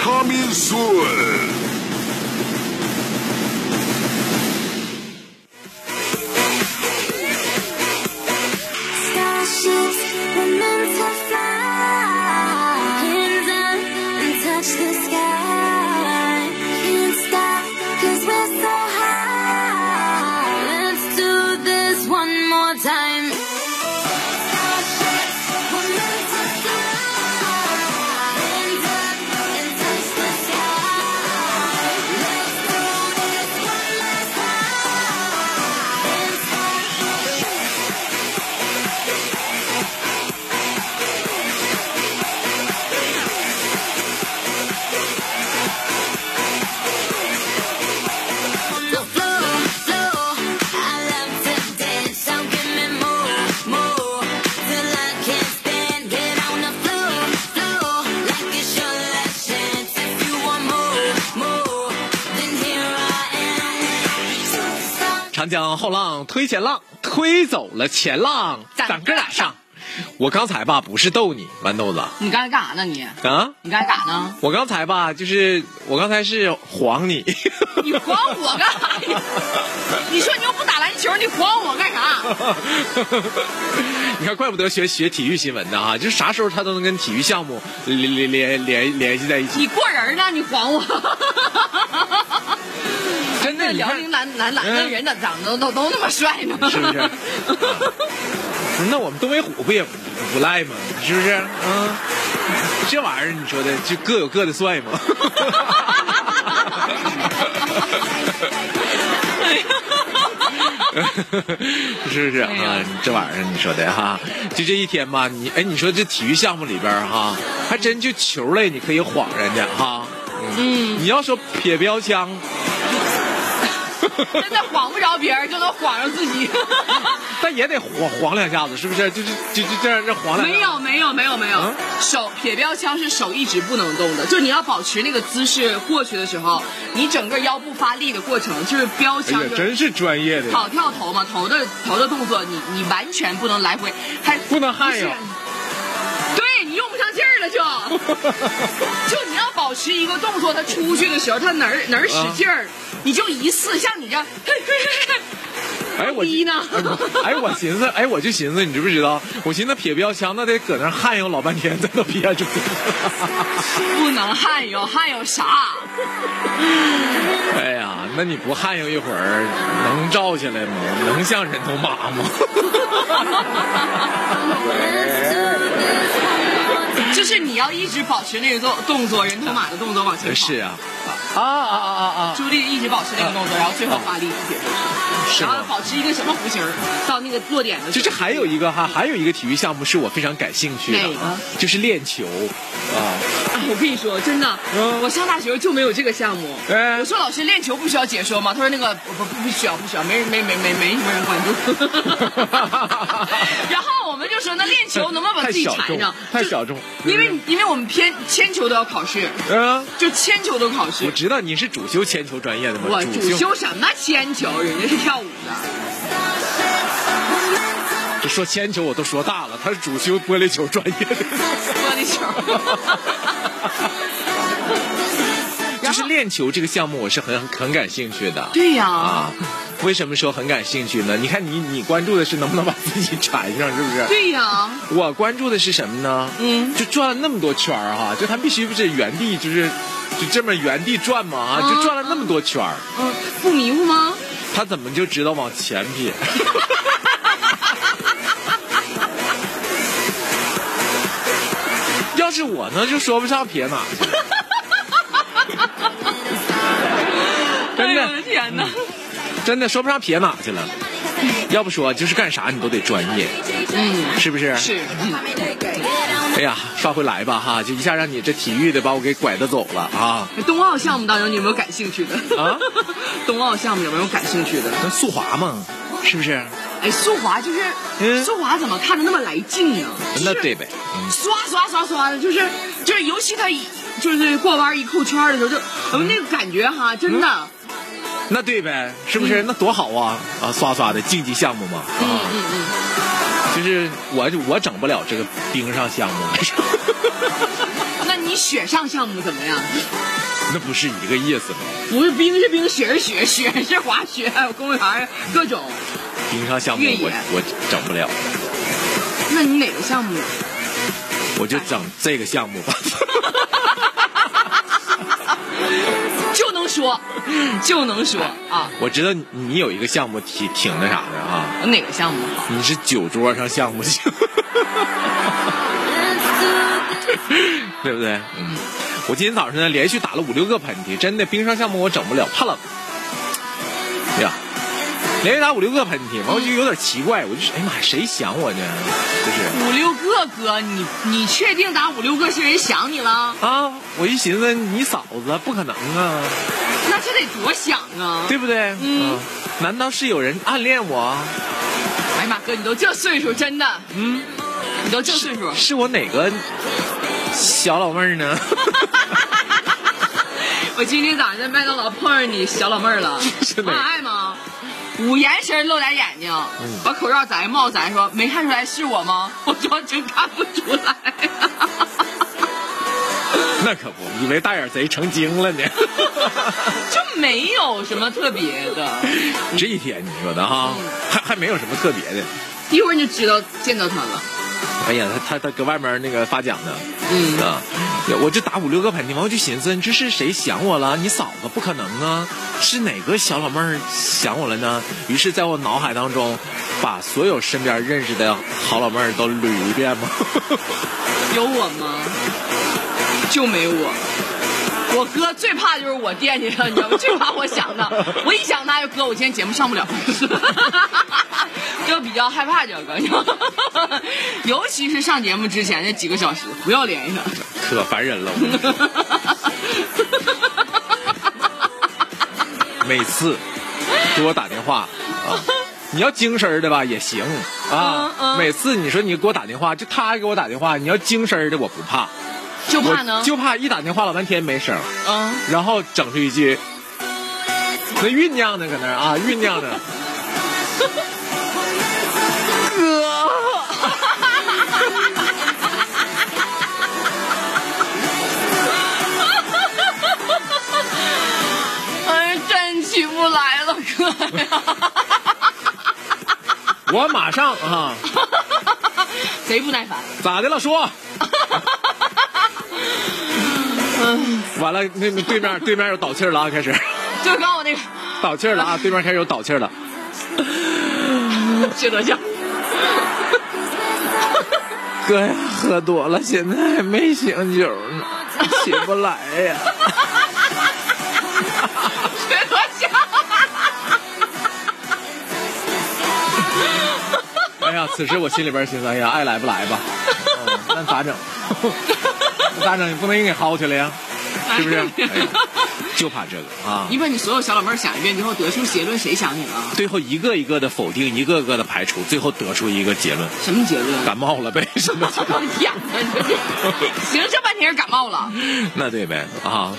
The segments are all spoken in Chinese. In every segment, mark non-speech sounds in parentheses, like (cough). ，coming soon。 Starships were meant to fly. Hands up and touch the sky. Can't stop cause we're so high. Let's do this one more time. Starships were meant to fly. Hands up and touch the sky. Let's do this one last time. Can't stop. the floor, floor. I love to dance, so give me more, more. Till I can't stand, get on the floor, floor. Like it's your last chance. If you want more, more, then here I am. Stop. 长江后浪推前浪，推走了前浪，咱哥俩啊上。我刚才吧不是逗你，豌豆子你刚才干啥呢你？啊，你刚才干啥呢？我刚才吧就是我刚才是晃你， (laughs) 你晃我干啥呀？你说你又不打篮球，你晃我干啥？你看怪不得学学体育新闻的啊，就是啥时候他都能跟体育项目联联联联联系在一起。你过人呢？你晃我？ (laughs) 真的那你辽看嗯宁男男篮的人咋长得都都那么帅 (laughs) 呢？是不是？啊那我们东北虎不也不不赖吗？是不是？啊，这玩意儿你说的就各有各的帅嘛。 (laughs) 是不是哎呀啊？这玩意儿你说的哈、就这一天吧，你哎，你说这体育项目里边儿哈、还真就球类你可以晃人家哈。嗯，你要说撇标枪，真的晃不着别人，就能晃着自 (laughs) 己。但也得晃晃两下子，是不是？就是就就这样这晃两下。没有没有没有没有，嗯手撇标枪是手一直不能动的，就是你要保持那个姿势过去的时候，你整个腰部发力的过程，就是标哎枪呀，就是真是专业的，跑跳投嘛，投的投的动作，你你完全不能来回，还不能汗是呀。对你用不上劲儿了 (laughs) 就，就你要保持一个动作，它出去的时候，它哪儿哪儿使劲啊儿，你就一次像你这样， (laughs) 哎，我逼呢 (laughs) 哎，我寻思，哎，我就寻思，你知不知道？我寻思撇标枪，那得搁那儿汗悠老半天才能撇出去。不能汗有汗有啥？ (laughs) 哎呀，那你不汗悠一会儿，能照下来吗？能像人头马吗？ (laughs) 就是你要一直保持那个动动作，人头马的动作往前跑。是啊，啊啊啊啊啊！朱莉一直保持那个动作，然后最后发力自己，是然后吗？保持一个什么弧形儿到那个落点的时就候。是还有一个哈，还有一个体育项目是我非常感兴趣的，哪个就是练球啊。哎我跟你说，真的，嗯我上大学就没有这个项目。哎我说老师练球不需要解说吗？他说那个不不不需要不需要，没人没没没没什么人关注。 (laughs) 然后我们就说那练球能不能把自己缠上？太就小众太小众因为因为我们偏铅球都要考试，嗯、就铅球都考试我。知道你是主修铅球专业的吗？我主修什么铅球？人家是跳舞的。这 (laughs) 说铅球我都说大了，他是主修玻璃球专业的， (laughs) 玻璃球。 (laughs) 就是练球这个项目我是很很感兴趣的。对呀、啊，为什么说很感兴趣呢？你看你你关注的是能不能把自己缠上，是不是？对呀、我关注的是什么呢？嗯，就转了那么多圈儿、哈，就他必须不是原地就是就这么原地转嘛啊，嗯就转了那么多圈儿，嗯，不迷糊吗？他怎么就知道往前撇？ (laughs) 要是我呢，就说不上撇哪去。真哎的嗯呦我的天哪！真的说不上撇哪去了。要不说就是干啥你都得专业，嗯，是不是？是，嗯哎呀，上回来吧哈，就一下让你这体育的把我给拐的走了啊。冬奥项目当中你有没有感兴趣的？ (laughs) 啊，冬奥项目有没有感兴趣的？那速滑嘛，是不是？哎，速滑就嗯是，速滑怎么看着那么来劲呢？那对呗。刷刷刷刷的，就是就是，尤其他一就是过弯一扣圈的时候，就我们那个感觉哈，真的，那对呗，是嗯不是？那多好啊！啊，刷刷的竞技项目嘛，啊，嗯就是我我整不了这个冰上项目， (laughs) 嗯 (laughs) 那你雪上项目怎么样？那不是一个意思吗？不是冰是冰，雪是雪，雪是滑雪，还有公园各种。冰上项目越野我我整不了，那你哪个项目？啊我就整这个项目吧。 (laughs) (laughs) 就能说，嗯就能说啊！我知道你有一个项目挺挺那啥的啊，哪个项目？你是酒桌上项目， (laughs) 对不对？嗯，我今天早上呢连续打了五六个喷嚏，真的冰上项目我整不了，怕冷。哎呀，连续打五六个喷嚏，完我就有点奇怪，我就说哎呀妈呀，谁想我呢？就是五六个哥，你你确定打五六个是人想你了？啊，我一寻思你嫂子不可能啊，那这得多想啊！对不对？嗯啊难道是有人暗恋我？哎呀妈，哥，你都这岁数，真的，嗯，你都这岁数，是我哪个小老妹儿呢？我今天早上在麦当劳碰上你小老妹儿了，是哪妈爱吗？捂眼神露俩眼睛，把口罩摘帽摘，说没看出来是我吗？我说真看不出来。 (laughs) 那可不，以为大眼贼成精了呢。 (laughs) 就没有什么特别的，这一天你说的哈，还还没有什么特别的。一会儿你就知道见到他了。哎呀，他他他搁外面那个发奖呢，嗯啊，我就打五六个喷嚏，完我就寻思这是谁想我了？你嫂子不可能啊，是哪个小老妹儿想我了呢？于是，在我脑海当中，把所有身边认识的好老妹儿都捋一遍嘛。 (laughs) 有我吗？就没我。我哥最怕就是我惦记上，你 (laughs) 知道吗？最怕我想他，我一想他就哥，我今天节目上不了， (laughs) 就比较害怕这个，你知道吗 (laughs) 尤其是上节目之前那几个小时，不要联系可烦人了，我跟你说每次给我打电 (laughs) 话啊，你要精神儿的吧也行啊嗯。嗯每次你说你给我打电话，就他给我打电话，你要精神儿的我不怕，他， (laughs) 就怕呢我，就怕一打电话老半天没声儿，嗯，然后整出一句，那酝酿呢搁那儿啊，酝酿 (laughs) 呢。哥，哎，真起不来了，哥 (laughs) 呀，我马上啊，贼不耐烦，咋的了 (laughs) 说？完了，那那对面对面又倒气儿了啊，开始。就刚我那个， (laughs) 倒气儿了啊！对面开始有倒气儿了，这德像。哥喝多了，现在还没醒酒呢，起不来呀。学多像。哎呀，此时我心里边寻思，哎呀，爱来不来吧？嗯那、咋整？ (laughs) 那咋整？你不能硬给薅去了呀，是不是？哎呀就怕这个啊！你把你所有小老妹儿想一遍之后，得出结论，谁想你了？最后一个一个的否定，一个个的排除，最后得出一个结论：什么结论？ (laughs) 感冒了呗？ (laughs) 什么？天哪！你这行，这半天是感冒了，那对呗啊！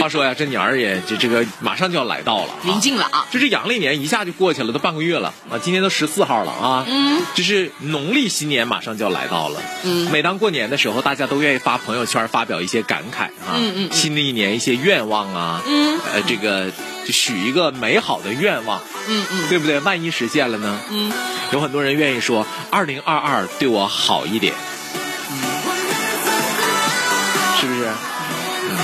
话说呀，这年儿也这这个马上就要来到了、啊，临近了啊。就这阳历年一下就过去了，都半个月了啊！今天都十四号了啊，嗯，就是农历新年马上就要来到了，嗯，每当过年的时候，大家都愿意发朋友圈发表一些感慨啊，嗯嗯，新的一年一些愿望啊，嗯，呃，这个就许一个美好的愿望，嗯嗯，对不对？万一实现了呢？嗯，有很多人愿意说，二零二二对我好一点，嗯是不是？嗯，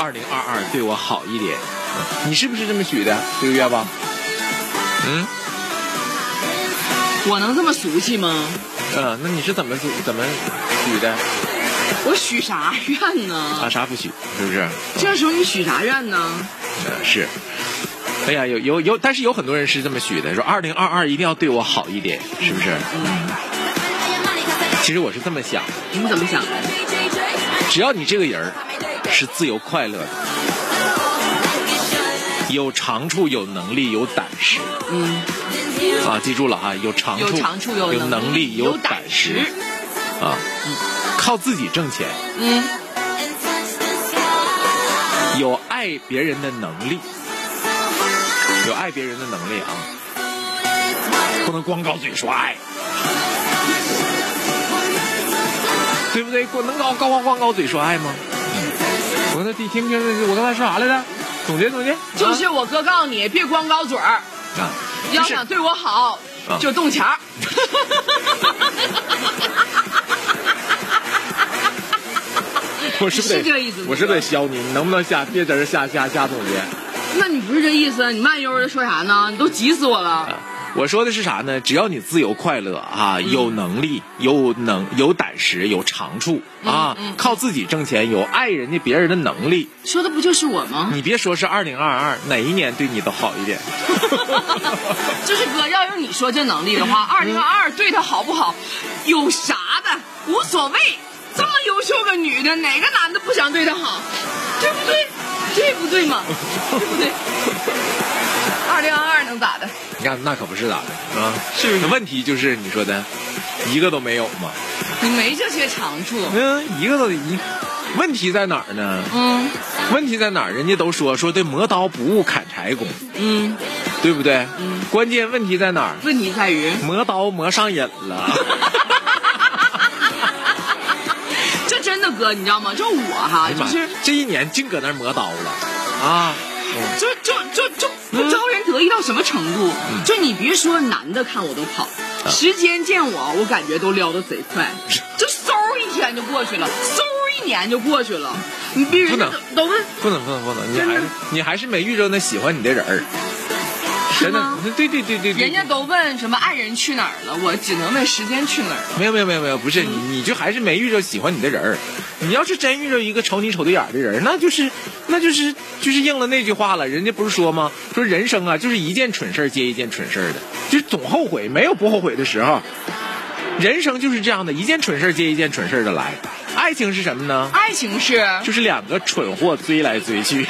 二零二二对我好一点，你是不是这么许的这个愿望？我能这么俗气吗？嗯，那你是怎么怎么许的？我许啥愿呢？ (laughs) 啊，啥不许，是不是？这时候你许啥愿呢？嗯呃，是。哎呀，有有有，但是有很多人是这么许的，说二零二二一定要对我好一点，是不是？嗯其实我是这么想，你怎么想的？只要你这个人儿是自由快乐的，有长处、有能力、有胆识，嗯，啊，记住了哈，有长处、有长处有能能力、力有胆胆识识，啊，靠自己挣钱，嗯，有爱别人的能力，有爱别人的能力啊，不能光搞嘴说爱，对不对？光能搞高光光搞嘴说爱吗？我刚才听听听，我刚才说啥来着？总结总结，就是我哥告诉你，别光高嘴儿，啊，啊要想对我好啊，就动钱 (laughs) 儿。我是不是得是这个意思吗我是不是得削你，你能不能下？别在这下下下总结。那你不是这意思？你慢悠悠的说啥呢？你都急死我了。啊我说的是啥呢？只要你自由快乐啊，有能力、有能、有胆识、有长处啊，靠自己挣钱，有爱人家别人的能力，说的不就是我吗？你别说是二零二二哪一年对你都好一 (laughs) 点。 (laughs) 就是哥，要用你说这能力的嗯话，二零二二对她好不好，有啥的无所谓。这么优秀个女的，哪个男的不想对她好？对不对？对不对嘛？对不 (laughs) 对？二零二二能咋的？你看那可不是咋的啊，是问题就是你说的，一个都没有嘛。你没这些长处。嗯，一个都一，问题在哪儿呢？嗯问题在哪儿？人家都说说对磨刀不误砍柴工，嗯，对不对？关键问题在哪儿？问题在于，磨刀磨上瘾了。这真的哥，你知道吗？就我哈，哎呀就妈是呀，这一年净搁那儿磨刀了啊！就就就就不招人得意到什么程度？就你别说男的看我都跑，时间见我，我感觉都撩得贼快，就嗖一天就过去了，嗖一年就过去了。你比人家不能都都是不能不能不能，你真还的是你还是没遇着那喜欢你的人儿，真的吗，对对对对对，人家都问什么爱人去哪儿了，我只能问时间去哪儿了。没有没有没有没有，不是你你就还是没遇着喜欢你的人儿，你要是真遇着一个瞅你瞅对眼儿的人儿，那就是那就是就是应了那句话了，人家不是说吗？说人生啊，就是一件蠢事儿接一件蠢事儿的，就是总后悔，没有不后悔的时候。人生就是这样的，一件蠢事儿接一件蠢事儿的来。爱情是什么呢？爱情是就是两个蠢货追来追去。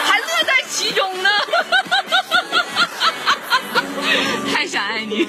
还乐在其 (laughs) 中呢，太想爱你。